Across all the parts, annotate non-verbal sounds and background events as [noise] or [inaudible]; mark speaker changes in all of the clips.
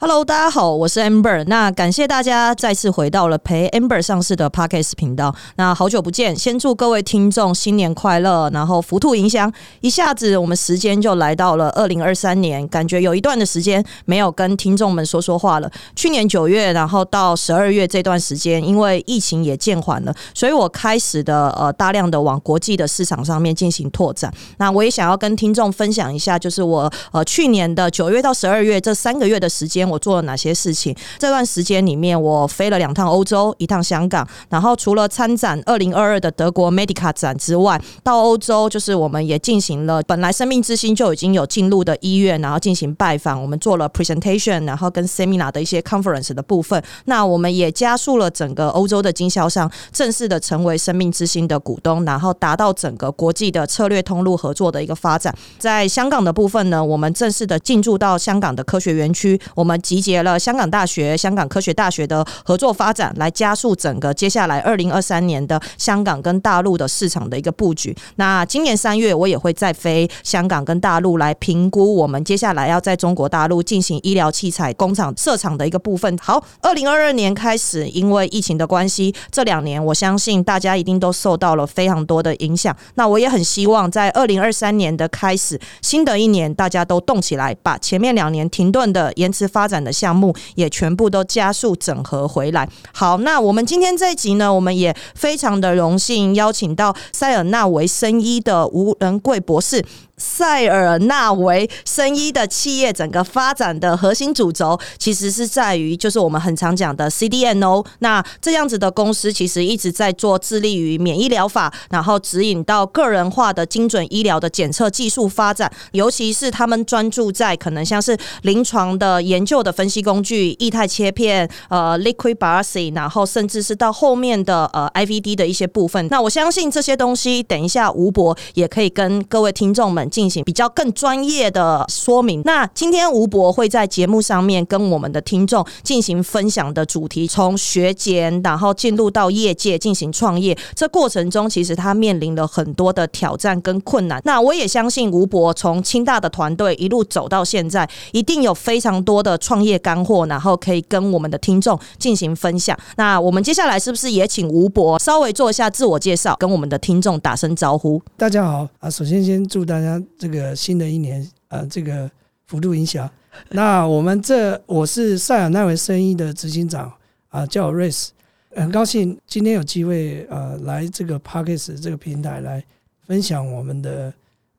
Speaker 1: Hello，大家好，我是 Amber。那感谢大家再次回到了陪 Amber 上市的 Podcast 频道。那好久不见，先祝各位听众新年快乐，然后福兔迎祥。一下子我们时间就来到了二零二三年，感觉有一段的时间没有跟听众们说说话了。去年九月，然后到十二月这段时间，因为疫情也渐缓了，所以我开始的呃大量的往国际的市场上面进行拓展。那我也想要跟听众分享一下，就是我呃去年的九月到十二月这三个月的时间，我做了哪些事情。这段时间里面，我飞了两趟欧洲，一趟香港，然后除了参展二零二二的德国 Medica 展之外，到欧洲就是我们也进行了本来生命之星就已经有进入的医院，然后进行拜访，我们做了 presentation，然后跟 seminar 的一些 conference 的部分。那我们也加速了整个欧洲的经销商正式的成为生命之星的股东，然后达到整个国际的策略通路合作的一个发展。在香港的部分呢，我们正式的进驻到香港的科学园区，我们集结了香港大学、香港科学大学的合作发展，来加速整个接下来二零二三年的香港跟大陆的市场的一个布局。那今年三月，我也会再飞香港跟大陆来评估我们接下来要在中国大陆进行医疗器材工厂设厂的一个部分。好，二零二二年开始，因为疫情的关系，这两年我相信大家一定都受到了非常多的影响。那我也很希望在二零二三年的开始，新的一年大家都动起来，把前面两年停顿的、延迟发展的项目也全部都加速整合回来。好，那我们今天这一集呢，我们也非常的荣幸邀请到塞尔纳维生医的吴仁贵博士。塞尔纳维生医的企业整个发展的核心主轴，其实是在于就是我们很常讲的 CDNO。那这样子的公司其实一直在做致力于免疫疗法，然后指引到个人化的精准医疗的检测技术发展，尤其是他们专注在可能像是临床的研究的分析工具、液态切片、呃 liquid biopsy，然后甚至是到后面的呃 IVD 的一些部分。那我相信这些东西，等一下吴博也可以跟各位听众们进行比较更专业的说明。那今天吴博会在节目上面跟我们的听众进行分享的主题，从学检然后进入到业界进行创业，这过程中其实他面临了很多的挑战跟困难。那我也相信吴博从清大的团队一路走到现在，一定有非常多的创业干货，然后可以跟我们的听众进行分享。那我们接下来是不是也请吴博稍微做一下自我介绍，跟我们的听众打声招呼？
Speaker 2: 大家好啊！首先先祝大家这个新的一年啊、呃，这个福禄影响。那我们这我是塞尔奈维生意的执行长啊，叫我 Race，很高兴今天有机会呃来这个 Parkes 这个平台来分享我们的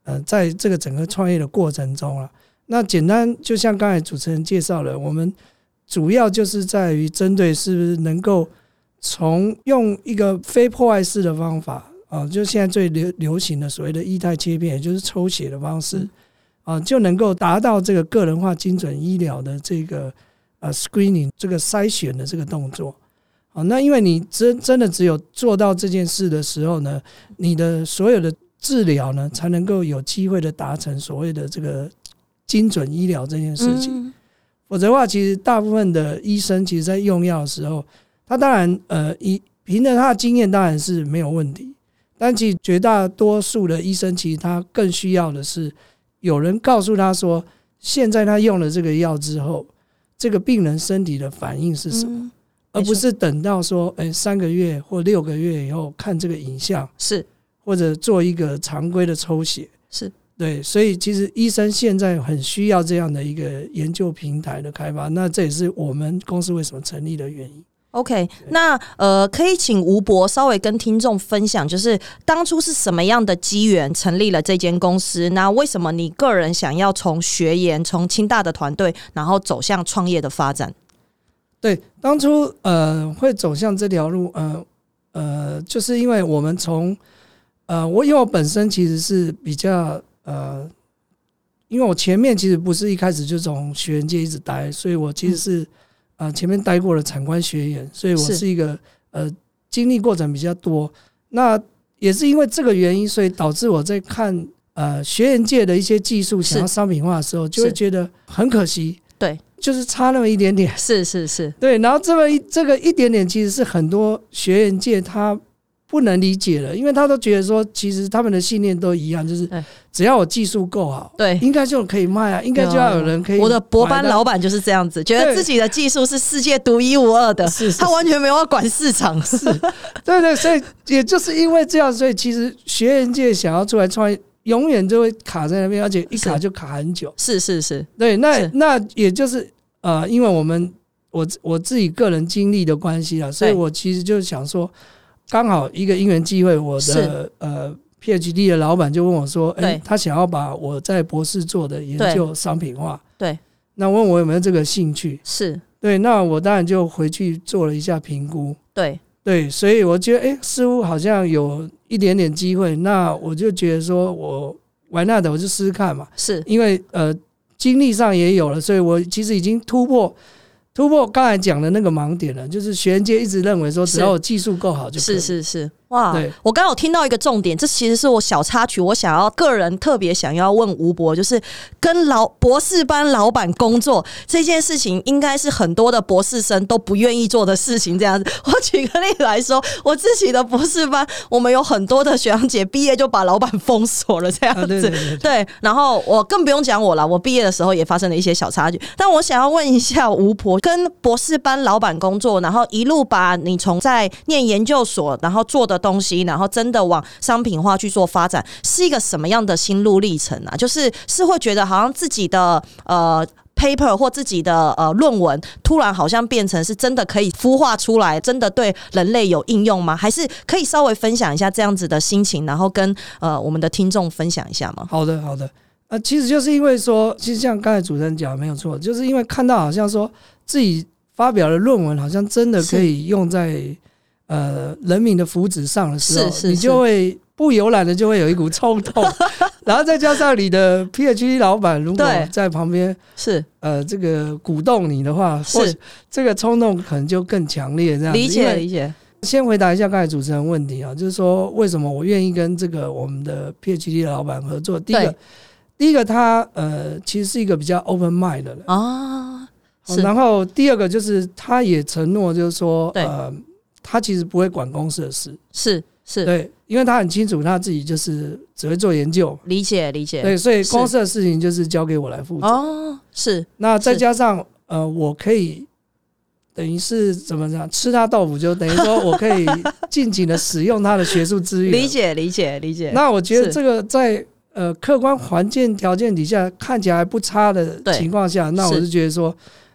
Speaker 2: 呃在这个整个创业的过程中啊。那简单就像刚才主持人介绍了，我们主要就是在于针对是不是能够从用一个非破坏式的方法啊，就现在最流流行的所谓的液态切片，也就是抽血的方式啊，就能够达到这个个人化精准医疗的这个呃 screening 这个筛选的这个动作。啊，那因为你真真的只有做到这件事的时候呢，你的所有的治疗呢，才能够有机会的达成所谓的这个精准医疗这件事情。否则的话，其实大部分的医生其实在用药的时候，他当然呃，以凭着他的经验当然是没有问题，但其实绝大多数的医生其实他更需要的是有人告诉他说，现在他用了这个药之后，这个病人身体的反应是什么，
Speaker 1: 么？
Speaker 2: 而
Speaker 1: 嗯没错
Speaker 2: 不是等到说，哎，三个月或六个月以后看这个影像，
Speaker 1: 是
Speaker 2: 或者做一个常规的抽血。
Speaker 1: 是，
Speaker 2: 对，所以其实医生现在很需要这样的一个研究平台的开发，那这也是我们公司为什么成立的原因。
Speaker 1: OK，那呃，可以请吴博稍微跟听众分享，就是当初是什么样的机缘成立了这间公司？那为什么你个人想要从学研、从清大的团队，然后走向创业的发展？
Speaker 2: 对，当初呃会走向这条路，呃呃，就是因为我们从呃，我因为我本身其实是比较呃，因为我前面其实不是一开始就从学员界一直待，所以我其实是、呃前面待过了产官学员，所以我
Speaker 1: 嗯是
Speaker 2: 是一个呃经历过程比较多。那也是因为这个原因，所以导致我在看呃学员界的一些技术想要商品化的时候，就会
Speaker 1: 是
Speaker 2: 觉得很可惜，
Speaker 1: 对，
Speaker 2: 就是差那么一点点。
Speaker 1: 是是是，
Speaker 2: 对，然后这么一这个一点点，其实是很多学员界他不能理解了，因为他都觉得说，其实他们的信念都一样，就是
Speaker 1: 对
Speaker 2: 只要我技术够好，
Speaker 1: 哎对。
Speaker 2: 应该就可以卖啊，应该就要有人可以。
Speaker 1: 我的博班老板就是这样子，觉得
Speaker 2: 对
Speaker 1: 自己的技术是世界独一无二的，
Speaker 2: 是是
Speaker 1: 他完全没有要管市场。
Speaker 2: 对对，所以也就是因为这样，所以其实学员界想要出来创业，永远就会卡在那边，而且一卡
Speaker 1: 是
Speaker 2: 就卡很久。
Speaker 1: [laughs] 是是是，
Speaker 2: 对，那
Speaker 1: 是
Speaker 2: 那也就是呃，因为我们我我自己个人经历的关系啊，所以
Speaker 1: 对
Speaker 2: 我其实就想说，刚好一个因缘机会，我的
Speaker 1: 是
Speaker 2: 呃 PhD 的老板就问我说，哎、
Speaker 1: 对
Speaker 2: 他想要把我在博士做的研
Speaker 1: 对
Speaker 2: 究商品化，
Speaker 1: 对，
Speaker 2: 那问我有没有这个兴趣？
Speaker 1: 是，
Speaker 2: 对，那我当然就回去做了一下评估。
Speaker 1: 对，
Speaker 2: 对，所以我觉得，哎、似乎好像有一点点机会。那我就觉得说，我玩那的，我就试试看嘛。
Speaker 1: 是，
Speaker 2: 因为呃经历上也有了，所以我其实已经突破突破刚才讲的那个盲点了，就是学员界一直认为说
Speaker 1: 是
Speaker 2: 只要我技术够好就可以
Speaker 1: 是是是，哇
Speaker 2: 对！
Speaker 1: 我刚刚有听到一个重点，这其实是我小插曲，我想要个人特别想要问吴博，就是跟老博士班老板工作这件事情，应该是很多的博士生都不愿意做的事情。这样子， [laughs] 我举个例来说，我自己的博士班，我们有很多的学长姐毕业就把老板封锁了，这样
Speaker 2: 啊，对
Speaker 1: 子。
Speaker 2: 对对，
Speaker 1: [laughs] 对，然后我更不用讲我了，我毕业的时候也发生了一些小插曲。但我想要问一下吴婆，跟博士班老板工作，然后一路把你从在念研究所，然后做的东西，然后真的往商品化去做发展，是一个什么样的心路历程啊？就是是会觉得好像自己的呃。paper 或自己的呃论文，突然好像变成是真的可以孵化出来，真的对人类有应用吗？还是可以稍微分享一下这样子的心情，然后跟呃我们的听众分享一下吗？
Speaker 2: 好的好的。啊，其实就是因为说，其实像刚才主持人讲的没有错，就是因为看到好像说自己发表的论文好像真的可以用在呃人民的福祉上的时候，
Speaker 1: 是是
Speaker 2: 你
Speaker 1: 是
Speaker 2: 就会不由然的就会有一股冲
Speaker 1: [laughs]
Speaker 2: 动，然后再加上你的 PhD 老板如果
Speaker 1: 对
Speaker 2: 在旁边
Speaker 1: 是
Speaker 2: 呃，这个鼓动你的话，
Speaker 1: 是
Speaker 2: 或许这个冲动可能就更强烈这样子。
Speaker 1: 理
Speaker 2: 因
Speaker 1: 解
Speaker 2: 为
Speaker 1: 理解，
Speaker 2: 先回答一下刚才主持人问题啊，就是说为什么我愿意跟这个我们的 PhD 的老板合作？第一个
Speaker 1: 对，
Speaker 2: 第一个他呃其实是一个比较 open mind 的人，
Speaker 1: 啊，
Speaker 2: 哦
Speaker 1: 是
Speaker 2: 然后第二个就是他也承诺，就是说
Speaker 1: 对
Speaker 2: 呃他其实不会管公司的事，
Speaker 1: 是是，
Speaker 2: 对，因为他很清楚他自己就是只会做研究，
Speaker 1: 理解理解，
Speaker 2: 对，所以
Speaker 1: 是
Speaker 2: 公司的事情就是交给我来负责。
Speaker 1: 哦，是
Speaker 2: 那再
Speaker 1: 是
Speaker 2: 加上呃，我可以等于是怎么讲，吃他豆腐，就等于说我可
Speaker 1: [laughs]
Speaker 2: 以尽情的使用他的学术资源。
Speaker 1: 理解理解理解，
Speaker 2: 啊那我觉得
Speaker 1: 是
Speaker 2: 这个在呃客观环境条件底下看起来不差的
Speaker 1: 对
Speaker 2: 情况下，那我
Speaker 1: 是
Speaker 2: 就觉得说，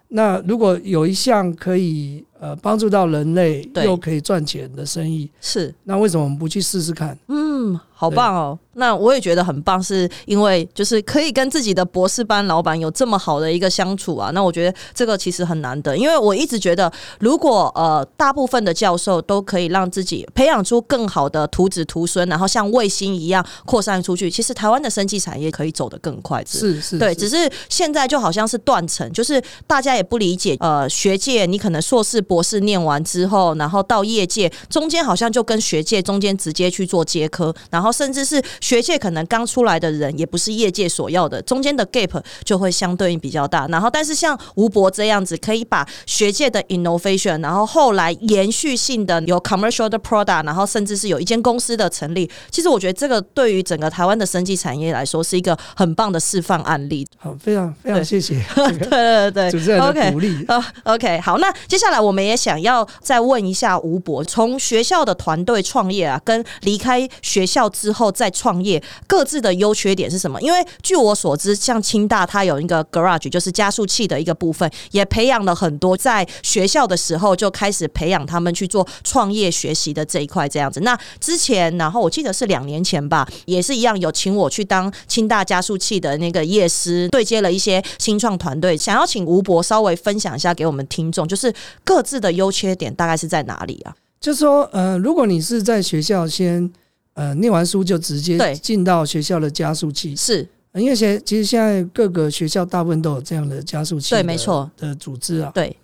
Speaker 2: 那如果有一项可以呃帮助到人类
Speaker 1: 对
Speaker 2: 又可以赚钱的生意，
Speaker 1: 是
Speaker 2: 那为什么我们不去试试看？
Speaker 1: 嗯，好
Speaker 2: 对
Speaker 1: 棒哦！那我也觉得很棒，是因为就是可以跟自己的博士班老板有这么好的一个相处啊。那我觉得这个其实很难得，因为我一直觉得，如果呃大部分的教授都可以让自己培养出更好的徒子徒孙，然后像卫星一样扩散出去，其实台湾的生技产业可以走得更快。之
Speaker 2: 是是，
Speaker 1: 对，
Speaker 2: 是
Speaker 1: 只是现在就好像是断层，就是大家也不理解，呃，学界你可能硕士、博士念完之后，然后到业界中间好像就跟学界中间直接去做接科，然后甚至是学界可能刚出来的人也不是业界所要的，中间的 gap 就会相对应比较大。然后，但是像吴博这样子，可以把学界的 innovation，然后后来延续性的有 commercial 的 product，然后甚至是有一间公司的成立，其实我觉得这个对于整个台湾的生技产业来说是一个很棒的示范案例。
Speaker 2: 好，非常非常
Speaker 1: 对
Speaker 2: 谢谢
Speaker 1: [laughs] 对对
Speaker 2: 主
Speaker 1: 对
Speaker 2: 持
Speaker 1: 对
Speaker 2: 人的
Speaker 1: ，OK
Speaker 2: 鼓。励。
Speaker 1: 哦、o k 好，那接下来我们也想要再问一下吴博，从学校的团队创业啊，跟离开学校之后再创业，各自的优缺点是什么？因为据我所知，像清大它有一个 garage，就是加速器的一个部分，也培养了很多在学校的时候就开始培养他们去做创业学习的这一块这样子。那之前，然后我记得是两年前吧，也是一样有请我去当清大加速器的那个业师，对接了一些新创团队，想要请吴博稍微分享一下给我们听众，就是各自的优缺点大概是在哪里啊？
Speaker 2: 就说呃，如果你是在学校先呃念完书就直接
Speaker 1: 对
Speaker 2: 进到学校的加速器，
Speaker 1: 是
Speaker 2: 呃因为现在其实现在各个学校大部分都有这样的加速器的，
Speaker 1: 对没错
Speaker 2: 的组织啊。
Speaker 1: 对，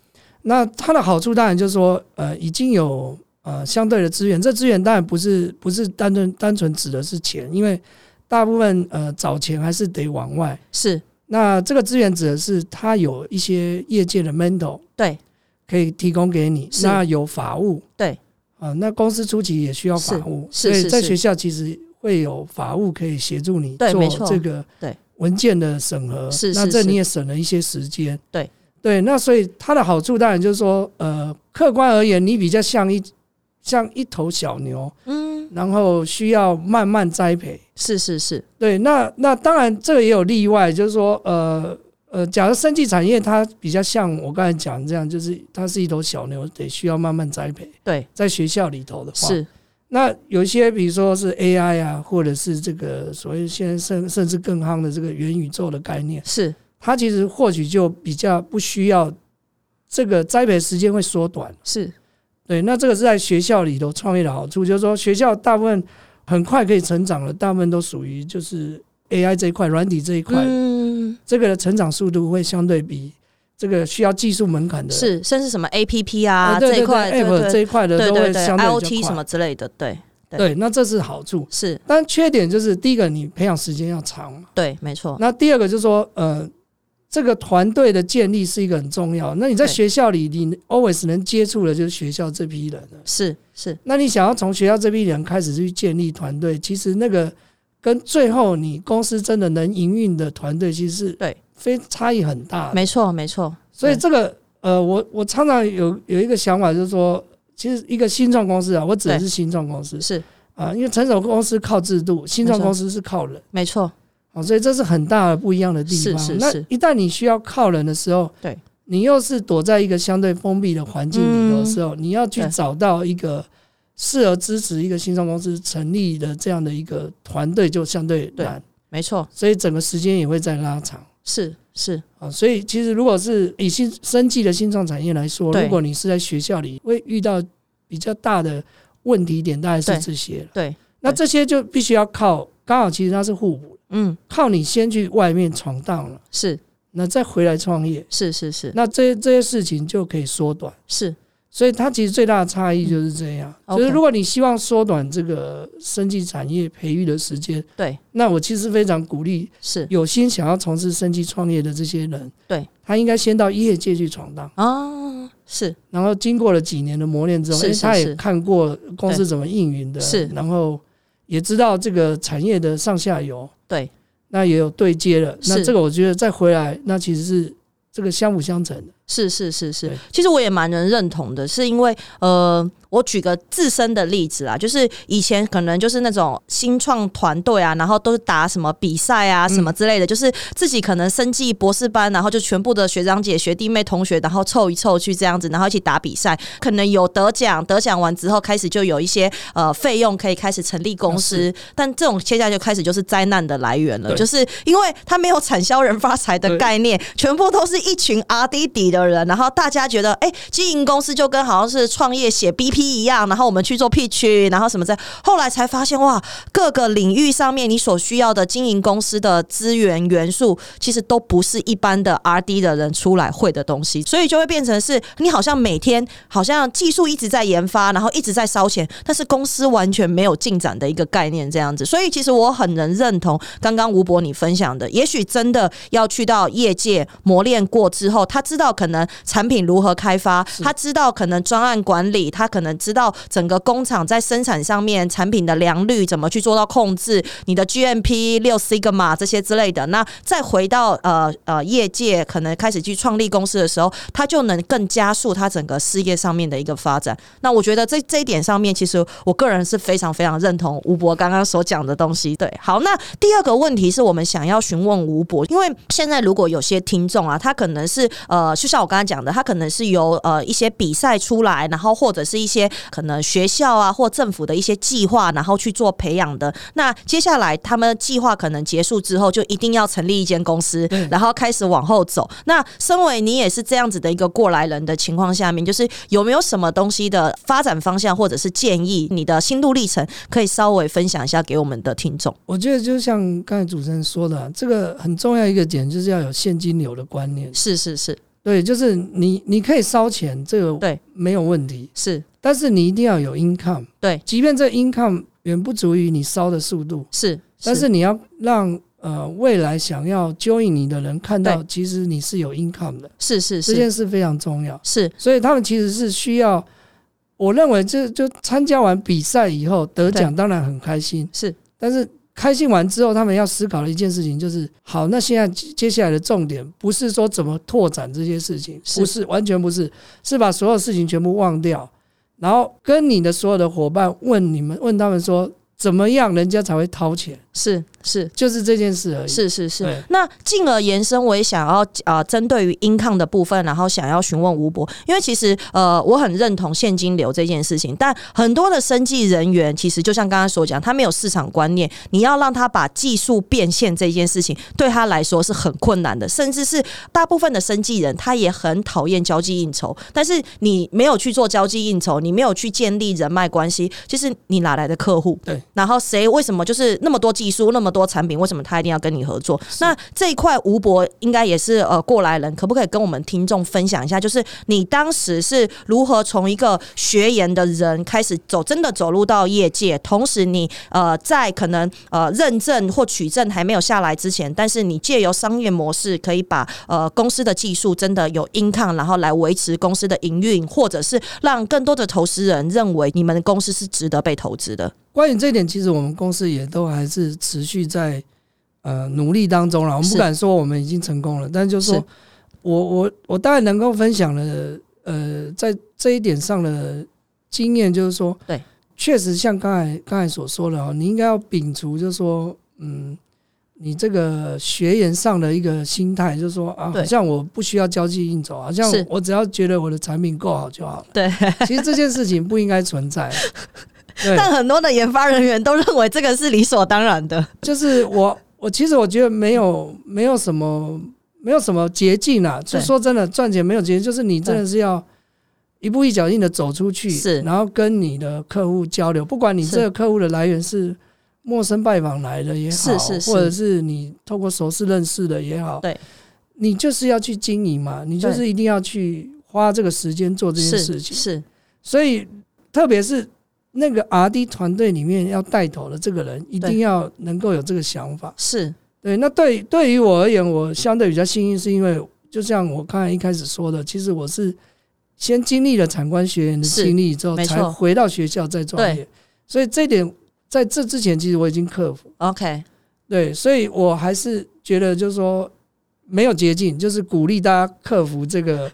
Speaker 2: 那它的好处当然就是说呃，已经有呃相对的资源，这资源当然不是不是单纯单纯指的是钱，因为大部分呃找钱还是得往外。
Speaker 1: 是，
Speaker 2: 那这个资源指的是它有一些业界的 mentor，
Speaker 1: 对，
Speaker 2: 可以提供给你。
Speaker 1: 是
Speaker 2: 那有法务，
Speaker 1: 对，
Speaker 2: 啊，那公司初期也需要法务，
Speaker 1: 是是
Speaker 2: 所以在
Speaker 1: 是
Speaker 2: 学校其实会有法务可以协助你
Speaker 1: 对
Speaker 2: 做
Speaker 1: 没错
Speaker 2: 这个
Speaker 1: 对
Speaker 2: 文件的审核，
Speaker 1: 是
Speaker 2: 那
Speaker 1: 是
Speaker 2: 这
Speaker 1: 是
Speaker 2: 你也省了一些时间，
Speaker 1: 对
Speaker 2: 对，那所以它的好处当然就是说，呃，客观而言，你比较像一像一头小牛，
Speaker 1: 嗯，
Speaker 2: 然后需要慢慢栽培，
Speaker 1: 是是是，
Speaker 2: 对，那那当然这个也有例外，就是说，呃呃，假如生技产业它比较像我刚才讲这样，就是它是一头小牛，得需要慢慢栽培。
Speaker 1: 对，
Speaker 2: 在学校里头的话，
Speaker 1: 是
Speaker 2: 那有一些比如说是 AI 啊，或者是这个所谓现在甚甚至更夯的这个元宇宙的概念，
Speaker 1: 是，
Speaker 2: 它其实或许就比较不需要这个栽培时间会缩短。
Speaker 1: 是
Speaker 2: 对，那这个是在学校里头创业的好处，就是说学校大部分很快可以成长的，大部分都属于就是 AI 这一块、软体这一块，
Speaker 1: 嗯，
Speaker 2: 这个的成长速度会相对比这个需要技术门槛的
Speaker 1: 是，甚至什么 A P P
Speaker 2: 呃
Speaker 1: 啊
Speaker 2: 对
Speaker 1: 这
Speaker 2: 对
Speaker 1: 一
Speaker 2: 对
Speaker 1: 块，对
Speaker 2: App 这
Speaker 1: 对
Speaker 2: 一块的
Speaker 1: 对
Speaker 2: 都
Speaker 1: 对
Speaker 2: 会
Speaker 1: 对
Speaker 2: 相对
Speaker 1: I O
Speaker 2: 比较
Speaker 1: T
Speaker 2: 快
Speaker 1: 什么之类的，对，对
Speaker 2: 对，那这是好处。
Speaker 1: 是，
Speaker 2: 但缺点就是第一个，你培养时间要长嘛。
Speaker 1: 对，没错，
Speaker 2: 那第二个就是说，呃，这个团队的建立是一个很重要。那你在
Speaker 1: 对
Speaker 2: 学校里，你 always 能接触的就是学校这批人了。
Speaker 1: 是是，
Speaker 2: 那你想要从学校这批人开始去建立团队，其实那个跟最后你公司真的能营运的团队，其实是
Speaker 1: 对
Speaker 2: 非差异很大的。
Speaker 1: 没错，没错，
Speaker 2: 所以
Speaker 1: 对
Speaker 2: 这个呃，我我常常有有一个想法，就是说，其实一个新创公司啊，我指的
Speaker 1: 对
Speaker 2: 是新创公司
Speaker 1: 是
Speaker 2: 啊，因为成熟公司靠制度，新创
Speaker 1: 没错
Speaker 2: 公司是靠人。
Speaker 1: 没错，
Speaker 2: 哦，所以这是很大的不一样的地方。
Speaker 1: 是是
Speaker 2: 那
Speaker 1: 是
Speaker 2: 一旦你需要靠人的时候，
Speaker 1: 对，
Speaker 2: 你又是躲在一个相对封闭的环境里头的时候，
Speaker 1: 嗯
Speaker 2: 你要去
Speaker 1: 对
Speaker 2: 找到一个适合支持一个新创公司成立的这样的一个团队，就相对
Speaker 1: 对
Speaker 2: 难，
Speaker 1: 没错，
Speaker 2: 所以整个时间也会在拉长。
Speaker 1: 是是，
Speaker 2: 啊，所以其实如果是以新生计的新创产业来说，
Speaker 1: 对
Speaker 2: 如果你是在学校里，会遇到比较大的问题点，大概是
Speaker 1: 对
Speaker 2: 这些了。
Speaker 1: 对，
Speaker 2: 那这些就必须要靠，刚好其实它是互补，
Speaker 1: 嗯，
Speaker 2: 靠你先去外面闯荡了。
Speaker 1: 是
Speaker 2: 那再回来创业，
Speaker 1: 是是是
Speaker 2: 那这这些事情就可以缩短。
Speaker 1: 是，
Speaker 2: 所以它其实最大的差异就是这样，
Speaker 1: 嗯
Speaker 2: 就是
Speaker 1: OK
Speaker 2: 如果你希望缩短这个生技产业培育的时间，
Speaker 1: 对，
Speaker 2: 那我其实非常鼓励
Speaker 1: 是
Speaker 2: 有心想要从事生技创业的这些人，
Speaker 1: 对
Speaker 2: 他应该先到业界去闯荡，
Speaker 1: 啊，是
Speaker 2: 然后经过了几年的磨练之后，
Speaker 1: 是
Speaker 2: 诶
Speaker 1: 是
Speaker 2: 他也
Speaker 1: 是
Speaker 2: 看过公司怎么应运的，
Speaker 1: 是
Speaker 2: 然后也知道这个产业的上下游，
Speaker 1: 对，
Speaker 2: 那也有对接了，那
Speaker 1: 是
Speaker 2: 这个我觉得再回来，那其实是这个相辅相成的。
Speaker 1: 是是是是
Speaker 2: 对，
Speaker 1: 其实我也蛮能认同的，是因为呃，我举个自身的例子啦，就是以前可能就是那种新创团队啊，然后都是打什么比赛
Speaker 2: 嗯
Speaker 1: 啊什么之类的，就是自己可能升级博士班，然后就全部的学长姐、学弟妹、同学，然后凑一凑去这样子，然后一起打比赛，可能有得奖，得奖完之后开始就有一些呃费用可以开始成立公
Speaker 2: 哦
Speaker 1: 司，但这种接下来就开始就是灾难的来源了，
Speaker 2: 对
Speaker 1: 就是因为它没有产销人发财的
Speaker 2: 对
Speaker 1: 概念，全部都是一群阿迪底的人，然后大家觉得哎、经营公司就跟好像是创业写 BP 一样，然后我们去做 pitch，然后什么的，后来才发现哇，各个领域上面你所需要的经营公司的资源元素，其实都不是一般的 R D 的人出来会的东西，所以就会变成是你好像每天好像技术一直在研发，然后一直在烧钱，但是公司完全没有进展的一个概念这样子。所以其实我很能认同刚刚吴博你分享的，也许真的要去到业界磨练过之后，他知道可能产品如何开发，他知道可能专案管理，他可能知道整个工厂在生产上面产品的良率怎么去做到控制，你的 GMP 六 sigma 这些之类的。那再回到呃呃业界，可能开始去创立公司的时候，他就能更加速他整个事业上面的一个发展。那我觉得这这一点上面，其实我个人是非常非常认同吴博刚刚所讲的东西。对，好，那第二个问题是我们想要询问吴博，因为现在如果有些听众啊，他可能是呃，就像我刚刚讲的，他可能是由呃一些比赛出来，然后或者是一些可能学校啊或政府的一些计划，然后去做培养的。那接下来他们计划可能结束之后，就一定要成立一间公司，然后开始往后走。那身为你也是这样子的一个过来人的情况下面，就是有没有什么东西的发展方向或者是建议，你的心路历程可以稍微分享一下给我们的听众？
Speaker 2: 我觉得就像刚才主持人说的啊，这个很重要一个点就是要有现金流的观念。
Speaker 1: 是是是
Speaker 2: 对，就是你你可以烧钱，这个
Speaker 1: 对
Speaker 2: 没有问题，
Speaker 1: 是，
Speaker 2: 但是你一定要有 income。
Speaker 1: 对
Speaker 2: 即便这 income 远不足于你烧的速度，
Speaker 1: 是，
Speaker 2: 但是你要让呃未来想要 join 你的人看到，其实你是有 income 的，
Speaker 1: 是是
Speaker 2: 这
Speaker 1: 是
Speaker 2: 件事非常重要。
Speaker 1: 是
Speaker 2: 所以他们其实是需要我认为这就参加完比赛以后得奖，
Speaker 1: 对
Speaker 2: 当然很开心，
Speaker 1: 是
Speaker 2: 但是开心完之后，他们要思考的一件事情就是：好，那现在接下来的重点不是说怎么拓展这些事情，
Speaker 1: 是
Speaker 2: 不是完全不是，是把所有事情全部忘掉，然后跟你的所有的伙伴问你们，问他们说怎么样，人家才会掏钱，
Speaker 1: 是是
Speaker 2: 就是这件事而已。
Speaker 1: 是是是。
Speaker 2: 对，
Speaker 1: 那进而延伸，我也想要啊，针、对于 income 的部分，然后想要询问吴博，因为其实呃，我很认同现金流这件事情，但很多的生计人员其实就像刚刚所讲，他没有市场观念，你要让他把技术变现这件事情，对他来说是很困难的，甚至是大部分的生计人他也很讨厌交际应酬，但是你没有去做交际应酬，你没有去建立人脉关系，其实你哪来的客户？
Speaker 2: 对，
Speaker 1: 然后谁为什么就是那么多技术，那么多产品，为什么他一定要跟你合作？那这一块吴博应该也是呃过来人，可不可以跟我们听众分享一下，就是你当时是如何从一个学研的人开始走，真的走入到业界，同时你呃在可能呃认证或取证还没有下来之前，但是你借由商业模式可以把呃公司的技术真的有 income，然后来维持公司的营运，或者是让更多的投资人认为你们的公司是值得被投资的。
Speaker 2: 关于这一点，其实我们公司也都还是持续在呃努力当中了。我们
Speaker 1: 是
Speaker 2: 不敢说我们已经成功了，但就是
Speaker 1: 是
Speaker 2: 说我我我当然能够分享的，呃，在这一点上的经验，就是说，
Speaker 1: 对，
Speaker 2: 确实像刚才刚才所说的哦，你应该要摒除，就是说，嗯，你这个学员上的一个心态，就是说啊，
Speaker 1: 对
Speaker 2: 好像我不需要交际应酬，好像
Speaker 1: 是
Speaker 2: 我只要觉得我的产品够好就好了。
Speaker 1: 对，
Speaker 2: 其实这件事情不应该
Speaker 1: [laughs]
Speaker 2: 存在。对。
Speaker 1: 但很多的研发人员都认为这个是理所当然的。
Speaker 2: 就是我，我其实我觉得没有没有什么没有什么捷径啊。就
Speaker 1: 对
Speaker 2: 说真的，赚钱没有捷径，就是你真的是要一步一脚印的走出去，
Speaker 1: 是
Speaker 2: 然后跟你的客户交流，不管你
Speaker 1: 是
Speaker 2: 这个客户的来源是陌生拜访来的也
Speaker 1: 是
Speaker 2: 好，
Speaker 1: 是是
Speaker 2: 或者是你透过熟识认识的也好，
Speaker 1: 对，
Speaker 2: 你就是要去经营嘛，你就是一定要去花这个时间做这件
Speaker 1: 是
Speaker 2: 事情。
Speaker 1: 是
Speaker 2: 所以，特别是那个 R D 团队里面要带头的这个人，一
Speaker 1: 对
Speaker 2: 定要能够有这个想法。
Speaker 1: 是
Speaker 2: 对，那对对于我而言，我相对比较幸运，是因为就像我刚才一开始说的，其实我是先经历了产官学员的
Speaker 1: 是
Speaker 2: 经历之后，
Speaker 1: 没
Speaker 2: 才
Speaker 1: 错
Speaker 2: 回到学校再创业。所以这点在这之前，其实我已经克服。
Speaker 1: [laughs] ，OK，
Speaker 2: 对，所以我还是觉得就是说。没有捷径，就是鼓励大家克服这个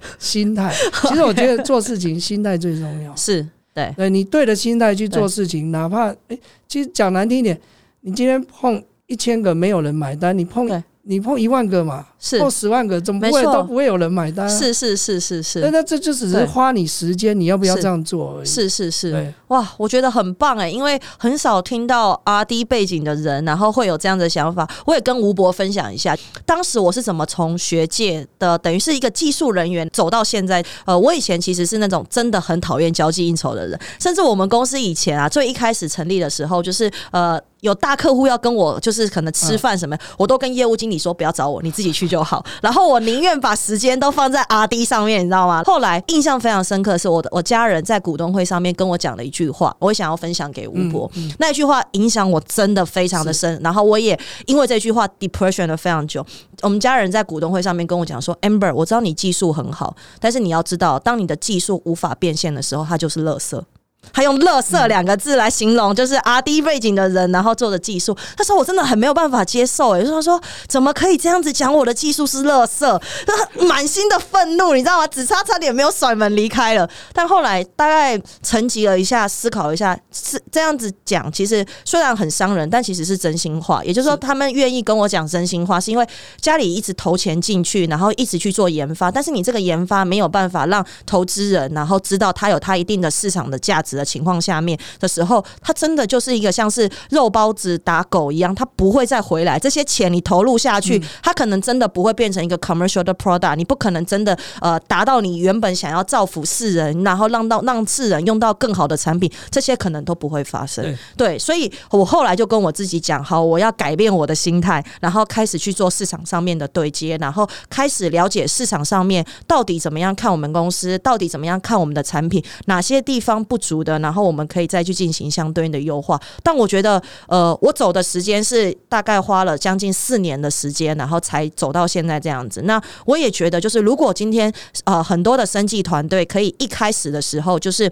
Speaker 1: [laughs]
Speaker 2: 心态。其实我觉得做事情心态最重要。
Speaker 1: 是对，
Speaker 2: 对你对的心态去做事情，哪怕哎，其实讲难听一点，你今天碰一千个没有人买单，你
Speaker 1: 对
Speaker 2: 碰你碰一万个嘛，
Speaker 1: 是
Speaker 2: 碰十万个，怎么会
Speaker 1: 没错
Speaker 2: 都不会有人买单、啊？，
Speaker 1: 是是是是
Speaker 2: 那
Speaker 1: 是
Speaker 2: 那这就只
Speaker 1: 对
Speaker 2: 是花你时间，你要不要
Speaker 1: 是
Speaker 2: 这样做而已？
Speaker 1: 是是是，
Speaker 2: 对，
Speaker 1: 哇，我觉得很棒哎，因为很少听到 R D 背景的人，然后会有这样的想法。我也跟吴博分享一下，当时我是怎么从学界的，等于是一个技术人员走到现在。呃，我以前其实是那种真的很讨厌交际应酬的人，甚至我们公司以前啊，最一开始成立的时候，就是呃。有大客户要跟我，就是可能吃饭什么，我都跟业务经理说不要找我，你自己去就好。然后我宁愿把时间都放在 R D 上面，你知道吗？后来印象非常深刻的是我的我家人在股东会上面跟我讲了一句话，我也想要分享给吴博。那句话影响我真的非常的深，然后我也因为这句话 depression 了非常久。我们家人在股东会上面跟我讲说，Amber，我知道你技术很好，但是你要知道，当你的技术无法变现的时候，它就是垃圾。他用“垃圾”两个字来形容，就是 R D 背景的人，然后做的技术。那时候我真的很没有办法接受、欸，也就是他说怎么可以这样子讲我的技术是垃圾，那满心的愤怒，你知道吗？只差差点没有甩门离开了。但后来大概沉寂了一下，思考一下，是这样子讲，其实虽然很伤人，但其实是真心话。也就是说，他们愿意跟我讲真心话，是因为家里一直投钱进去，然后一直去做研发，但是你这个研发没有办法让投资人然后知道它有它一定的市场的价值的情况下面的时候，它真的就是一个像是肉包子打狗一样，它不会再回来。这些钱你投入下去，它可能真的不会变成一个 commercial 的 product，你不可能真的呃达到你原本想要造福世人，然后让到让世人用到更好的产品，这些可能都不会发生。对，所以我后来就跟我自己讲，好，我要改变我的心态，然后开始去做市场上面的对接，然后开始了解市场上面到底怎么样看我们公司，到底怎么样看我们的产品，哪些地方不足的，然后我们可以再去进行相对应的优化。但我觉得，呃，我走的时间是大概花了将近四年的时间，然后才走到现在这样子。那我也觉得，就是如果今天呃很多的生计团队可以一开始的时候就是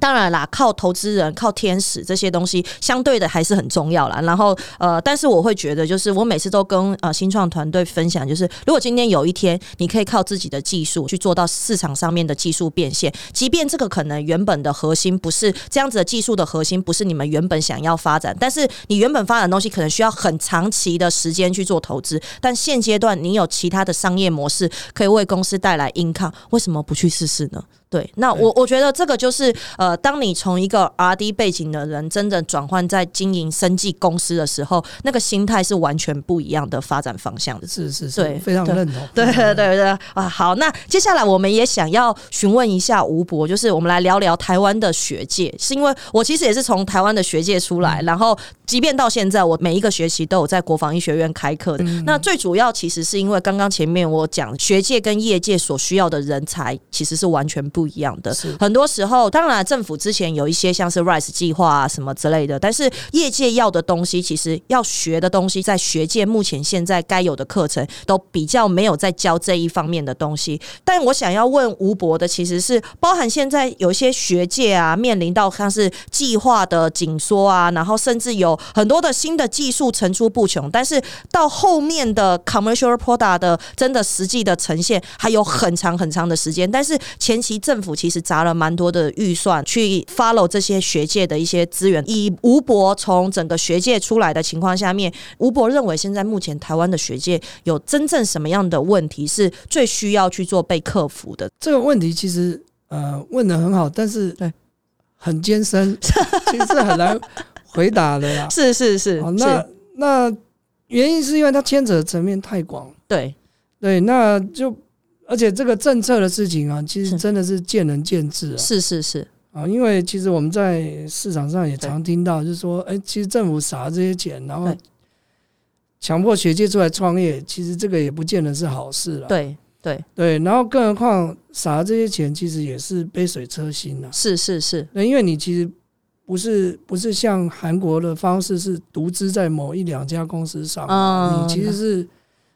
Speaker 1: 当然啦，靠投资人、靠天使这些东西，相对的还是很重要啦。然后呃，但是我会觉得，就是我每次都跟呃新创团队分享，就是如果今天有一天你可以靠自己的技术去做到市场上面的技术变现，即便这个可能原本的核心不是这样子的技术的核心，不是你们原本想要发展，但是你原本发展的东西可能需要很长期的时间去做投资，但现阶段你有其他的商业模式可以为公司带来 income，为什么不去试试呢？对，那我我觉得这个就是呃，当你从一个 R D 背景的人，真正转换在经营生计公司的时候，那个心态是完全不一样的发展方向的。
Speaker 2: 是是
Speaker 1: 对
Speaker 2: 是，非常认同。
Speaker 1: [laughs] 对
Speaker 2: 非常
Speaker 1: 对对
Speaker 2: 认同
Speaker 1: 对啊！好，那接下来我们也想要询问一下吴博，就是我们来聊聊台湾的学界，是因为我其实也是从台湾的学界出来，然后即便到现在，我每一个学期都有在国防医学院开课的。那最主要其实是因为刚刚前面我讲，学界跟业界所需要的人才其实是完全不一样的。
Speaker 2: 是
Speaker 1: 很多时候，当然政府之前有一些像是 RISE 计划啊什么之类的，但是业界要的东西，其实要学的东西，在学界目前现在该有的课程都比较没有在教这一方面的东西。但我想要问吴博的，其实是包含现在有一些学界啊，面临到像是计划的紧缩啊，然后甚至有很多的新的技术层出不穷，但是到后面的 commercial product 的真的实际的呈现，还有很长很长的时间。但是前期政府其实砸了蛮多的预算去 follow 这些学界的一些资源。以吴博从整个学界出来的情况下面，吴博认为现在目前台湾的学界有真正什么样的问题是最需要去做被克服的？
Speaker 2: 这个问题其实呃问的很好，但是
Speaker 1: 对
Speaker 2: 很艰
Speaker 1: [laughs]
Speaker 2: 深，其实是很难回答的啦。
Speaker 1: 是是 [laughs] 是，
Speaker 2: 好，
Speaker 1: 是
Speaker 2: 哦那那原因是因为它牵扯的层面太广，
Speaker 1: 对
Speaker 2: 对，那就而且这个政策的事情啊，其
Speaker 1: 是
Speaker 2: 实真的是见仁见智啊。
Speaker 1: 是是是，
Speaker 2: 啊，因为其实我们在市场上也常听到，就是说，哎，其实政府撒这些钱，然后
Speaker 1: 对
Speaker 2: 强迫学界出来创业，其实这个也不见得是好事了。
Speaker 1: 对对
Speaker 2: 对，然后更何况撒这些钱，其实也是杯水车薪了、
Speaker 1: 是是是，
Speaker 2: 那因为你其实不是不是像韩国的方式是独资在某一两家公司上嘛，
Speaker 1: 嗯
Speaker 2: 你其实是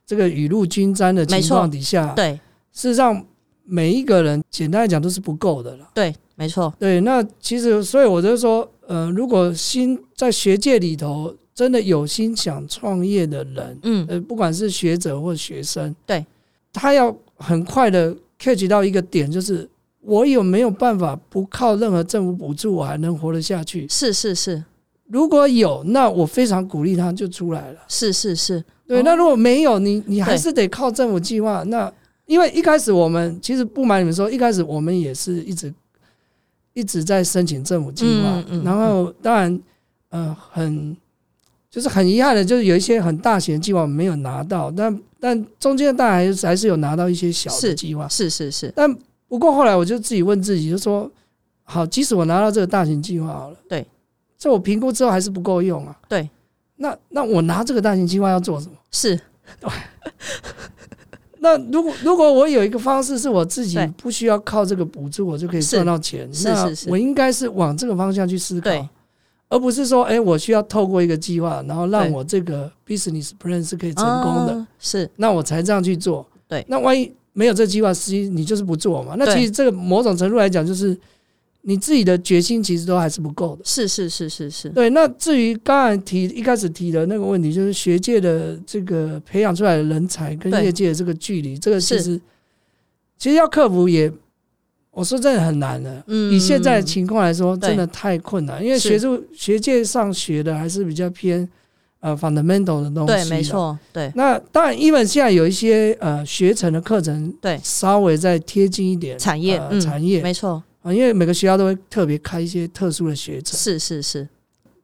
Speaker 2: 这个雨露均沾的
Speaker 1: 没
Speaker 2: 情
Speaker 1: 错
Speaker 2: 况底下，
Speaker 1: 对
Speaker 2: 事实上每一个人简单来讲都是不够的了。
Speaker 1: 对，没错，
Speaker 2: 对，那其实所以我就说，呃，如果新在学界里头真的有心想创业的人，
Speaker 1: 嗯，
Speaker 2: 呃，不管是学者或学生，
Speaker 1: 对，
Speaker 2: 他要很快的 catch 到一个点，就是我有没有办法不靠任何政府补助，我还能活得下去？
Speaker 1: 是是是
Speaker 2: 如果有，那我非常鼓励他就出来了。
Speaker 1: 是是是，
Speaker 2: 对，
Speaker 1: 哦
Speaker 2: 那如果没有，你你还
Speaker 1: 对
Speaker 2: 是得靠政府计划。那因为一开始我们其实不瞒你们说，一开始我们也是一直一直在申请政府计划，
Speaker 1: 嗯嗯
Speaker 2: 然后当然，呃，很就是很遗憾的，就是有一些很大型的计划我们没有拿到，但但中间当然还是还是有拿到一些小的
Speaker 1: 是
Speaker 2: 计划。
Speaker 1: 是是是，
Speaker 2: 但不过后来我就自己问自己，就说好，即使我拿到这个大型计划好了，
Speaker 1: 对，
Speaker 2: 这我评估之后还是不够用啊。
Speaker 1: 对，
Speaker 2: 那那我拿这个大型计划要做什么？
Speaker 1: 是
Speaker 2: 那如果如果我有一个方式是我自己
Speaker 1: 对
Speaker 2: 不需要靠这个补助，我就可以
Speaker 1: 是
Speaker 2: 赚到钱，
Speaker 1: 是
Speaker 2: 那
Speaker 1: 是是
Speaker 2: 我应该是往这个方向去思
Speaker 1: 对
Speaker 2: 考，而不是说，哎，我需要透过一个计划，然后让
Speaker 1: 对
Speaker 2: 我这个 business plan 是可以成功的，
Speaker 1: 啊是
Speaker 2: 那我才这样去做。
Speaker 1: 对
Speaker 2: 那万一没有这计划，实际你就是不做嘛。那
Speaker 1: 对
Speaker 2: 其实这个某种程度来讲，就是你自己的决心其实都还是不够的。
Speaker 1: 是是是是是，
Speaker 2: 对，那至于刚才提一开始提的那个问题，就是学界的这个培养出来的人才跟
Speaker 1: 对
Speaker 2: 业界的这个距离，这个其
Speaker 1: 是
Speaker 2: 实其实要克服也，我说真的很难的。
Speaker 1: 嗯
Speaker 2: 以现在的情况来说，
Speaker 1: 对
Speaker 2: 真的太困难，因为
Speaker 1: 是
Speaker 2: 学术学界上学的还是比较偏呃 fundamental 的东西。啊
Speaker 1: 对，没。错，对
Speaker 2: 那当然，因为现在有一些呃学程的课程，
Speaker 1: 对
Speaker 2: 稍微再贴近一点
Speaker 1: 产业
Speaker 2: 呃
Speaker 1: 嗯
Speaker 2: 产业
Speaker 1: 没错，
Speaker 2: 啊，因为每个学校都会特别开一些特殊的学程。
Speaker 1: 是是是，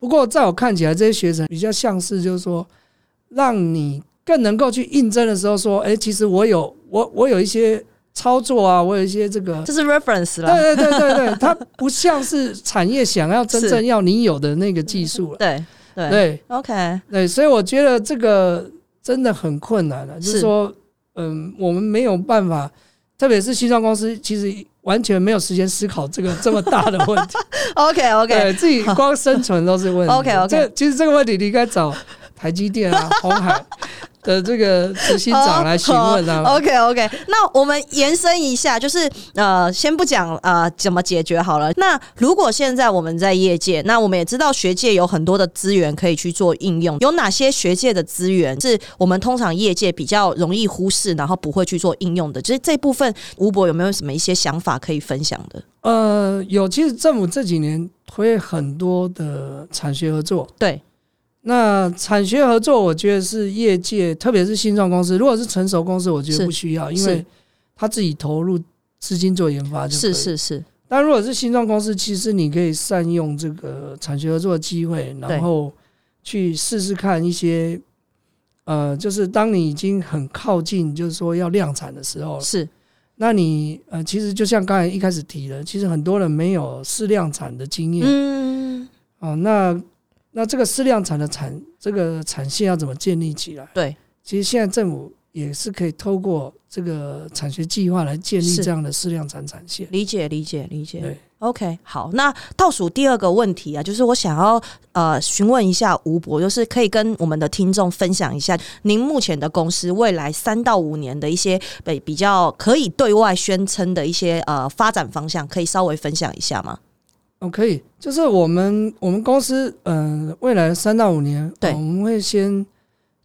Speaker 2: 不过在我看起来，这些学生比较像是就是说，让你更能够去应征的时候说，哎，其实我有我我有一些操作啊，我有一些这个。
Speaker 1: 这是啊 reference 啦，
Speaker 2: 对对对对对，它不像是产业想要真正
Speaker 1: 是
Speaker 2: 要你有的那个技术了。
Speaker 1: 对对
Speaker 2: 对
Speaker 1: OK，
Speaker 2: 对，所以我觉得这个真的很困难了，就是
Speaker 1: 是
Speaker 2: 说，嗯，我们没有办法，特别是西装公司，其实完全没有时间思考这个这么大的问题。
Speaker 1: OK OK，
Speaker 2: 对自己光生存都是问题。
Speaker 1: OK，OK
Speaker 2: 这其实这个问题你应该找台积电啊、红海的这个执行长来询问啊他们。
Speaker 1: OK OK，那我们延伸一下，就是呃，先不讲呃怎么解决好了。那如果现在我们在业界，那我们也知道学界有很多的资源可以去做应用，有哪些学界的资源是我们通常业界比较容易忽视，然后不会去做应用的？就是这部分，吴博有没有什么一些想法可以分享的？
Speaker 2: 呃，有，其实政府这几年推很多的产学合作。
Speaker 1: 对，
Speaker 2: 那产学合作，我觉得是业界，特别是新创公司，如果是成熟公司，我觉
Speaker 1: 是
Speaker 2: 得不需要，因
Speaker 1: 是
Speaker 2: 为他自己投入资金做研发就可以
Speaker 1: 是。是是，
Speaker 2: 但如果是新创公司，其实你可以善用这个产学合作的机会，
Speaker 1: 对
Speaker 2: 然后去试试看一些，呃，就是当你已经很靠近，就是说要量产的时候，
Speaker 1: 是
Speaker 2: 那你呃，其实就像刚才一开始提的，其实很多人没有试量产的经验
Speaker 1: 嗯，
Speaker 2: 哦、那那这个试量产的产这个产线要怎么建立起来？
Speaker 1: 对，
Speaker 2: 其实现在政府也是可以透过这个产学计划来建立
Speaker 1: 是
Speaker 2: 这样的试量产产线。
Speaker 1: 理解理解理解。
Speaker 2: 对
Speaker 1: OK，好，那倒数第二个问题啊，就是我想要呃询问一下吴博，就是可以跟我们的听众分享一下您目前的公司未来三到五年的一些比比较可以对外宣称的一些呃发展方向，可以稍微分享一下吗？
Speaker 2: 哦，可以，就是我们我们公司，嗯、未来三到五年，哦
Speaker 1: 对
Speaker 2: 我们会先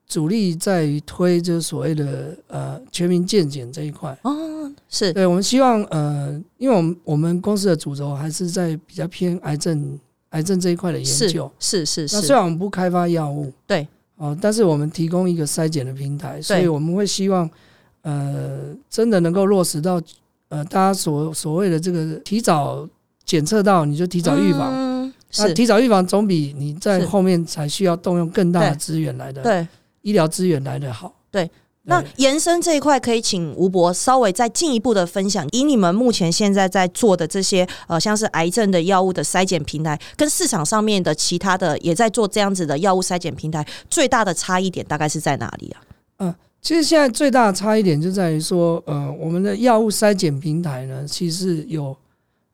Speaker 2: 主力在于推就是所谓的呃全民健检这一块。
Speaker 1: 哦，是
Speaker 2: 对，我们希望呃，因为我们我们公司的主轴还是在比较偏癌症癌症这一块的研
Speaker 1: 是
Speaker 2: 究。
Speaker 1: 是是
Speaker 2: 那虽
Speaker 1: 是，
Speaker 2: 然我们不开发药物，
Speaker 1: 对，
Speaker 2: 哦、但是我们提供一个筛检的平台，所以我们会希望呃，真的能够落实到呃，大家所所谓的这个提早检测到，你就提
Speaker 1: 提
Speaker 2: 早预防。
Speaker 1: 嗯、
Speaker 2: 那
Speaker 1: 是，
Speaker 2: 提早预防总比你在
Speaker 1: 是
Speaker 2: 后面才需要动用更大的
Speaker 1: 对
Speaker 2: 资源来的
Speaker 1: 对。
Speaker 2: 医疗资源来的好。
Speaker 1: 对，那延伸这一块，可以请吴博稍微再进一步的分享，以你们目前现在在做的这些呃，像是癌症的药物的筛检平台，跟市场上面的其他的也在做这样子的药物筛检平台，最大的差异点大概是在哪里啊？
Speaker 2: 其实现在最大的差异点就在于说，呃，我们的药物筛检平台呢，其实是有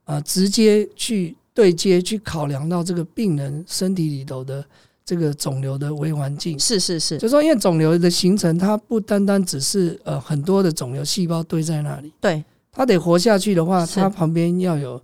Speaker 2: 呃直接去对接去考量到这个病人身体里头的这个肿瘤的微环境。
Speaker 1: 是是是，
Speaker 2: 就说，因为肿瘤的形成，它不单单只是呃很多的肿瘤细胞堆在那里，
Speaker 1: 对，
Speaker 2: 它得活下去的话，
Speaker 1: 是
Speaker 2: 它旁边要有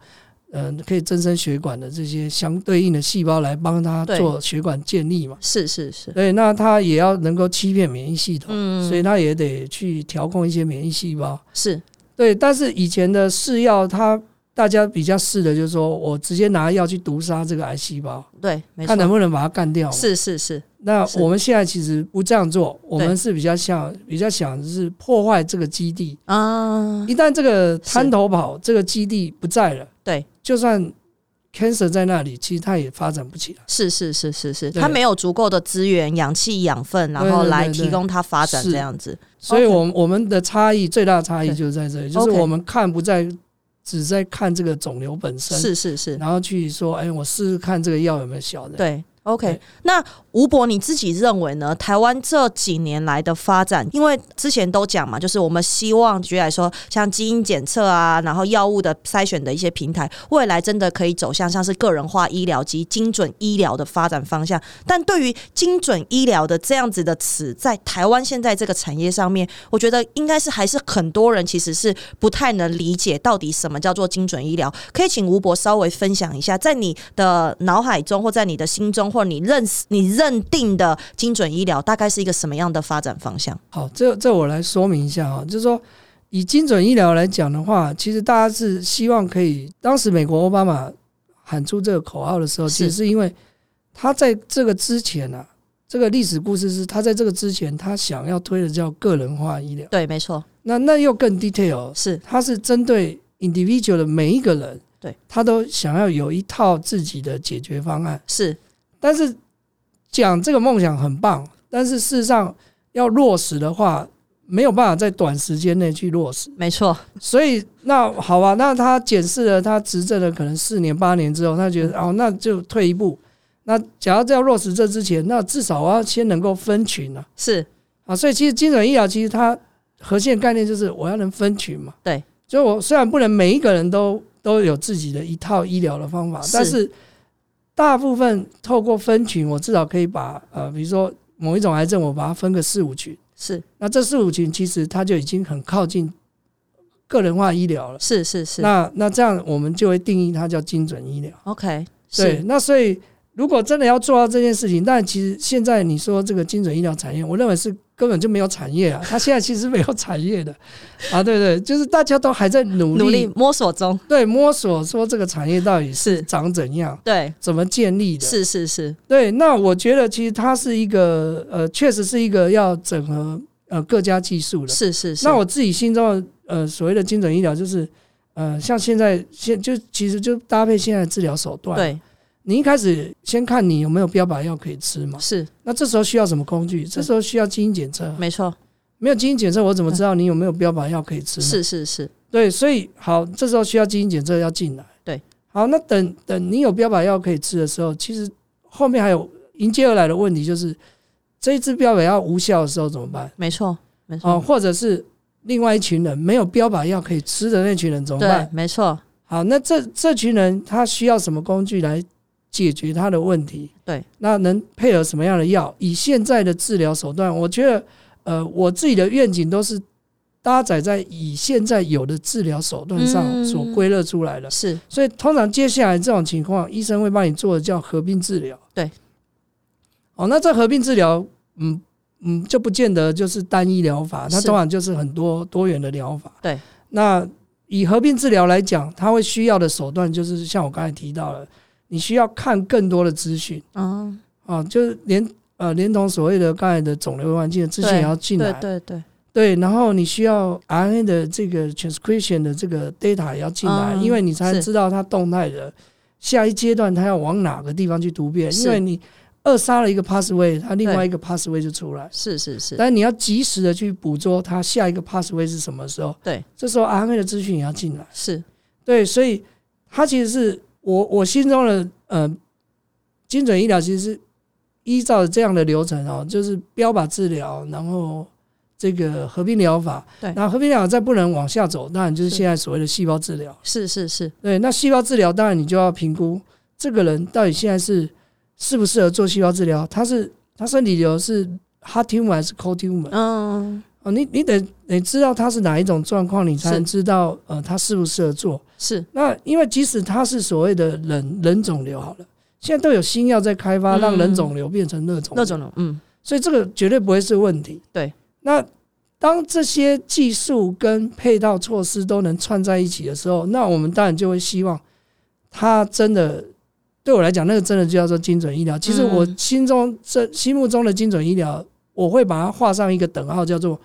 Speaker 2: 呃可以增生血管的这些相对应的细胞来帮它
Speaker 1: 对
Speaker 2: 做血管建立嘛。
Speaker 1: 是是是，
Speaker 2: 对，那它也要能够欺骗免疫系统，
Speaker 1: 嗯
Speaker 2: 所以它也得去调控一些免疫细胞。
Speaker 1: 是
Speaker 2: 对，但是以前的试药，它大家比较试的就是说我直接拿药去毒杀这个癌细胞，
Speaker 1: 对，没
Speaker 2: 看能
Speaker 1: 错，
Speaker 2: 不能把它干掉嘛。
Speaker 1: 是是是，
Speaker 2: 那
Speaker 1: 是
Speaker 2: 我们现在其实不这样做，我
Speaker 1: 对
Speaker 2: 们是比较想比较想是破坏这个基地。
Speaker 1: 啊，
Speaker 2: 一旦这个
Speaker 1: 是
Speaker 2: 滩头堡这个基地不在了，
Speaker 1: 对，
Speaker 2: 就算 cancer 在那里，其实它也发展不起来。
Speaker 1: 是是是是是，
Speaker 2: 对
Speaker 1: 它没有足够的资源、氧气、养分，然
Speaker 2: 对
Speaker 1: 后
Speaker 2: 对
Speaker 1: 来
Speaker 2: 对
Speaker 1: 提
Speaker 2: 对
Speaker 1: 供它发展
Speaker 2: 是
Speaker 1: 这样子，
Speaker 2: 所以，我们我们的差异最大的差异
Speaker 1: 对
Speaker 2: 就是在这里，就是
Speaker 1: OK
Speaker 2: 我们看不在只在看这个肿瘤本身，
Speaker 1: 是是是，
Speaker 2: 然后去说，哎，我试试看这个药有没有效的。
Speaker 1: 对，OK
Speaker 2: 对
Speaker 1: 那吴博，你自己认为呢？台湾这几年来的发展，因为之前都讲嘛，就是我们希望举例来说，像基因检测啊，然后药物的筛选的一些平台，未来真的可以走向像是个人化医疗及精准医疗的发展方向。但对于精准医疗的这样子的词，在台湾现在这个产业上面，我觉得应该是还是很多人其实是不太能理解到底什么叫做精准医疗。可以请吴博稍微分享一下，在你的脑海中，或在你的心中，或你认识、你认定的精准医疗，大概是一个什么样的发展方向？
Speaker 2: 好，这这我来说明一下啊，就是说。以精准医疗来讲的话，其实大家是希望可以。当时美国奥巴马喊出这个口号的时候，
Speaker 1: 是
Speaker 2: 其实是因为他在这个之前啊，这个历史故事是他在这个之前，他想要推的叫个人化医疗。
Speaker 1: 对，没错，
Speaker 2: 那那又更 detail，
Speaker 1: 是
Speaker 2: 它是针对 individual 的每一个人，
Speaker 1: 对
Speaker 2: 他都想要有一套自己的解决方案。
Speaker 1: 是
Speaker 2: 但是讲这个梦想很棒，但是事实上要落实的话，没有办法在短时间内去落实。
Speaker 1: 没错，
Speaker 2: 所以那好吧，那他检视了他执政了可能四年八年之后，他觉得哦，那就退一步。那假如要落实这之前，那至少我要先能够分群啊
Speaker 1: 是
Speaker 2: 啊！所以其实精准医疗其实它核心的概念就是我要能分群嘛。
Speaker 1: 对，
Speaker 2: 所以我虽然不能每一个人都都有自己的一套医疗的方法，
Speaker 1: 是
Speaker 2: 但是大部分透过分群，我至少可以把呃，比如说某一种癌症，我把它分个四五群，
Speaker 1: 是
Speaker 2: 那这四五群其实它就已经很靠近个人化医疗了。
Speaker 1: 是是是
Speaker 2: 那那这样我们就会定义它叫精准医疗。
Speaker 1: ，OK，
Speaker 2: 对
Speaker 1: 是，
Speaker 2: 那所以如果真的要做到这件事情，但其实现在你说这个精准医疗产业，我认为是根本就没有产业啊，它 [laughs] 现在其实没有产业的啊，对对，就是大家都还在努力
Speaker 1: 努力摸索中，
Speaker 2: 对摸索说这个产业到底是
Speaker 1: 是
Speaker 2: 长怎样，
Speaker 1: 对，
Speaker 2: 怎么建立的。
Speaker 1: 是是是，
Speaker 2: 对，那我觉得其实它是一个呃，确实是一个要整合呃各家技术的。
Speaker 1: 是是是，
Speaker 2: 那我自己心中的呃所谓的精准医疗就是呃，像现在现就其实就搭配现在的治疗手段，
Speaker 1: 对
Speaker 2: 你一开始先看你有没有标靶药可以吃嘛？
Speaker 1: 是
Speaker 2: 那这时候需要什么工具？这时候需要基因检测。
Speaker 1: 没错，
Speaker 2: 没有基因检测，我怎么知道你有没有标靶药可以吃？，
Speaker 1: 是是是，
Speaker 2: 对，所以好，这时候需要基因检测要进来。
Speaker 1: 对，
Speaker 2: 好，那等等你有标靶药可以吃的时候，其实后面还有迎接而来的问题就是，这一支标靶药无效的时候怎么办？
Speaker 1: 没错没错，
Speaker 2: 哦，或者是另外一群人没有标靶药可以吃的那群人怎么
Speaker 1: 对
Speaker 2: 办，？
Speaker 1: 没错，
Speaker 2: 好，那这这群人他需要什么工具来解决他的问题？
Speaker 1: 对，
Speaker 2: 那能配合什么样的药？以现在的治疗手段，我觉得，呃，我自己的愿景都是搭载在以现在有的治疗手段上
Speaker 1: 嗯
Speaker 2: 所归勒出来的。
Speaker 1: 是
Speaker 2: 所以，通常接下来这种情况，医生会帮你做的叫合并治疗。
Speaker 1: 对，
Speaker 2: 哦，那这合并治疗，嗯嗯，就不见得就是单一疗法，它
Speaker 1: 是
Speaker 2: 通常就是很多多元的疗法。
Speaker 1: 对，
Speaker 2: 那以合并治疗来讲，它会需要的手段就是像我刚才提到了，你需要看更多的资讯
Speaker 1: 嗯，
Speaker 2: 啊，就是连呃连同所谓的刚才的肿瘤环境的资讯也要进来
Speaker 1: 对对对，
Speaker 2: 对，然后你需要 RNA 的这个 transcription 的这个 data 也要进来，
Speaker 1: 嗯
Speaker 2: 因为你才能
Speaker 1: 是
Speaker 2: 知道它动态的下一阶段它要往哪个地方去突变，
Speaker 1: 是
Speaker 2: 因为你扼杀了一个 pathway，它另
Speaker 1: 对
Speaker 2: 外一个 pathway 就出来。
Speaker 1: 是是是，
Speaker 2: 但你要及时的去捕捉它下一个 pathway 是什么时候，
Speaker 1: 对，
Speaker 2: 这时候 RNA 的资讯也要进来。
Speaker 1: 是
Speaker 2: 对，所以它其实是我我心中的呃精准医疗，其实是依照这样的流程哦，就是标靶治疗，然后这个合并疗法，
Speaker 1: 对
Speaker 2: 然后合并疗法再不能往下走，当然就是
Speaker 1: 是
Speaker 2: 现在所谓的细胞治疗。
Speaker 1: 是是是，
Speaker 2: 对，那细胞治疗当然你就要评估这个人到底现在是适不适合做细胞治疗，他是他身体瘤是 hot tumor 还是 cold tumor？
Speaker 1: 嗯，
Speaker 2: 哦，你你得得知道他是哪一种状况，你才
Speaker 1: 是
Speaker 2: 能知道呃他适不适合做。
Speaker 1: 是
Speaker 2: 那因为即使它是所谓的冷冷肿瘤好了，现在都有新药在开发，
Speaker 1: 嗯
Speaker 2: 让冷肿瘤变成热肿瘤，
Speaker 1: 那种的，嗯，
Speaker 2: 所以这个绝对不会是问题。
Speaker 1: 对，
Speaker 2: 那当这些技术跟配套措施都能串在一起的时候，那我们当然就会希望它真的。对我来讲，那个真的就叫做精准医疗。其实我
Speaker 1: 嗯
Speaker 2: 心中这心目中的精准医疗，我会把它画上一个等号，叫做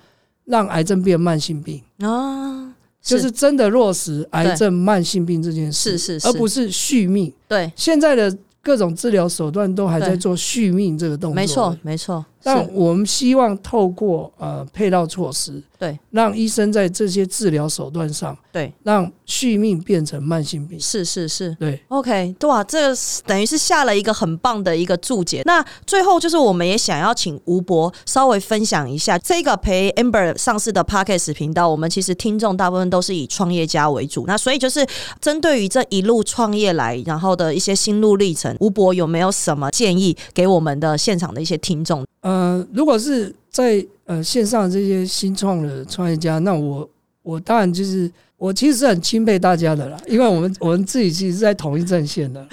Speaker 2: 让癌症变慢性病。
Speaker 1: 啊，
Speaker 2: 就是真的落实癌症慢性病这件事，
Speaker 1: 是是是
Speaker 2: 而不是续命。
Speaker 1: 对，
Speaker 2: 现在的各种治疗手段都还在
Speaker 1: 对
Speaker 2: 做续命这个动作，
Speaker 1: 没错。没错，
Speaker 2: 但
Speaker 1: 是
Speaker 2: 我们希望透过呃配套措施，
Speaker 1: 对，
Speaker 2: 让医生在这些治疗手段上，
Speaker 1: 对，
Speaker 2: 让续命变成慢性病。
Speaker 1: 是是是。
Speaker 2: 对，
Speaker 1: OK，对啊，这个是等于是下了一个很棒的一个注解。那最后就是，我们也想要请吴博稍微分享一下这个陪 Amber 上市的 Podcast 频道。我们其实听众大部分都是以创业家为主，那所以就是针对于这一路创业来，然后的一些心路历程，吴博有没有什么建议给我们的现场的一些听众？
Speaker 2: 呃，如果是在呃线上的这些新创的创业家，那我我当然就是我其实是很钦佩大家的啦，因为我们我们自己其实是在同一阵线的。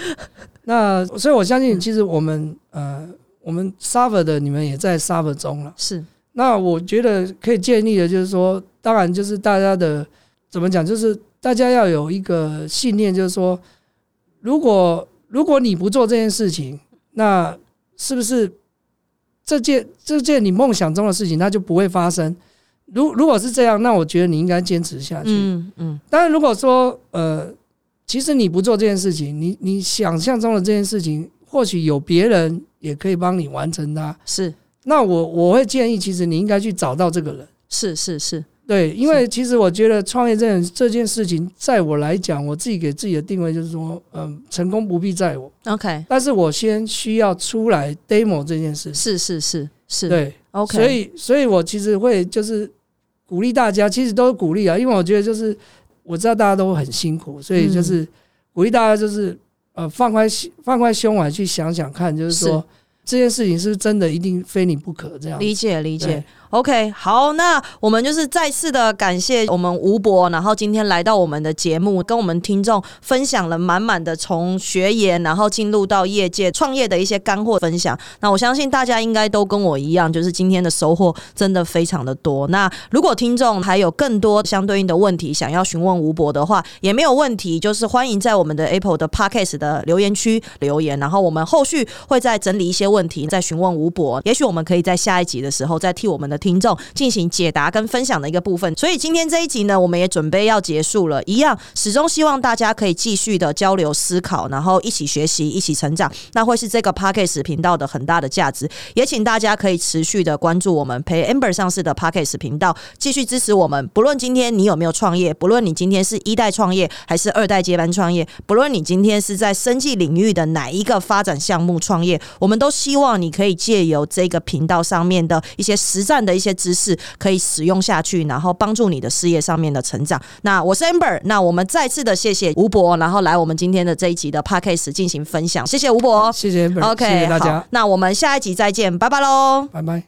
Speaker 2: 那所以我相信，其实我们呃我们 server 的你们也在 server 中了。
Speaker 1: 是
Speaker 2: 那我觉得可以建立的就是说，当然就是大家的怎么讲，就是大家要有一个信念，就是说，如果如果你不做这件事情，那是不是这件这件你梦想中的事情，它就不会发生？如如果是这样，那我觉得你应该坚持下去。
Speaker 1: 嗯嗯，
Speaker 2: 当然，如果说呃，其实你不做这件事情，你你想象中的这件事情，或许有别人也可以帮你完成它。
Speaker 1: 是
Speaker 2: 那我我会建议，其实你应该去找到这个人，
Speaker 1: 是是是，
Speaker 2: 对，因为其实我觉得创业这件这件事情，在我来讲，我自己给自己的定位就是说，嗯，成功不必在我，
Speaker 1: OK，
Speaker 2: 但是我先需要出来 demo 这件事情，
Speaker 1: 是是是是
Speaker 2: 对
Speaker 1: ，OK，
Speaker 2: 所以所以我其实会就是鼓励大家，其实都是鼓励啊，因为我觉得就是我知道大家都很辛苦，所以
Speaker 1: 嗯
Speaker 2: 就是鼓励大家就是呃放宽心放宽胸怀去想想看，就是说这件事情是不是真的一定非你不可这样子。
Speaker 1: 理解理
Speaker 2: 对
Speaker 1: 解。OK，好，那我们就是再次的感谢我们吴博，然后今天来到我们的节目，跟我们听众分享了满满的从学研，然后进入到业界创业的一些干货分享。那我相信大家应该都跟我一样，就是今天的收获真的非常的多。那如果听众还有更多相对应的问题想要询问吴博的话，也没有问题，就是欢迎在我们的 Apple 的 Podcast 的留言区留言，然后我们后续会再整理一些问题，再询问吴博。也许我们可以在下一集的时候再替我们的听众进行解答跟分享的一个部分。所以今天这一集呢，我们也准备要结束了，一样始终希望大家可以继续的交流思考，然后一起学习，一起成长，那会是这个 Podcast 频道的很大的价值。也请大家可以持续的关注我们陪 Amber 上市的 Podcast 频道，继续支持我们。不论今天你有没有创业，不论你今天是一代创业还是二代接班创业，不论你今天是在生技领域的哪一个发展项目创业，我们都希望你可以借由这个频道上面的一些实战的一些知识，可以使用下去，然后帮助你的事业上面的成长。那我是 Amber，那我们再次的谢谢吴博，然后来我们今天的这一集的 Podcast 进行分享，谢谢吴博。
Speaker 2: 谢谢 Amber，
Speaker 1: OK，
Speaker 2: 谢谢大家
Speaker 1: 好，，那我们下一集再见，拜拜喽。
Speaker 2: 拜拜。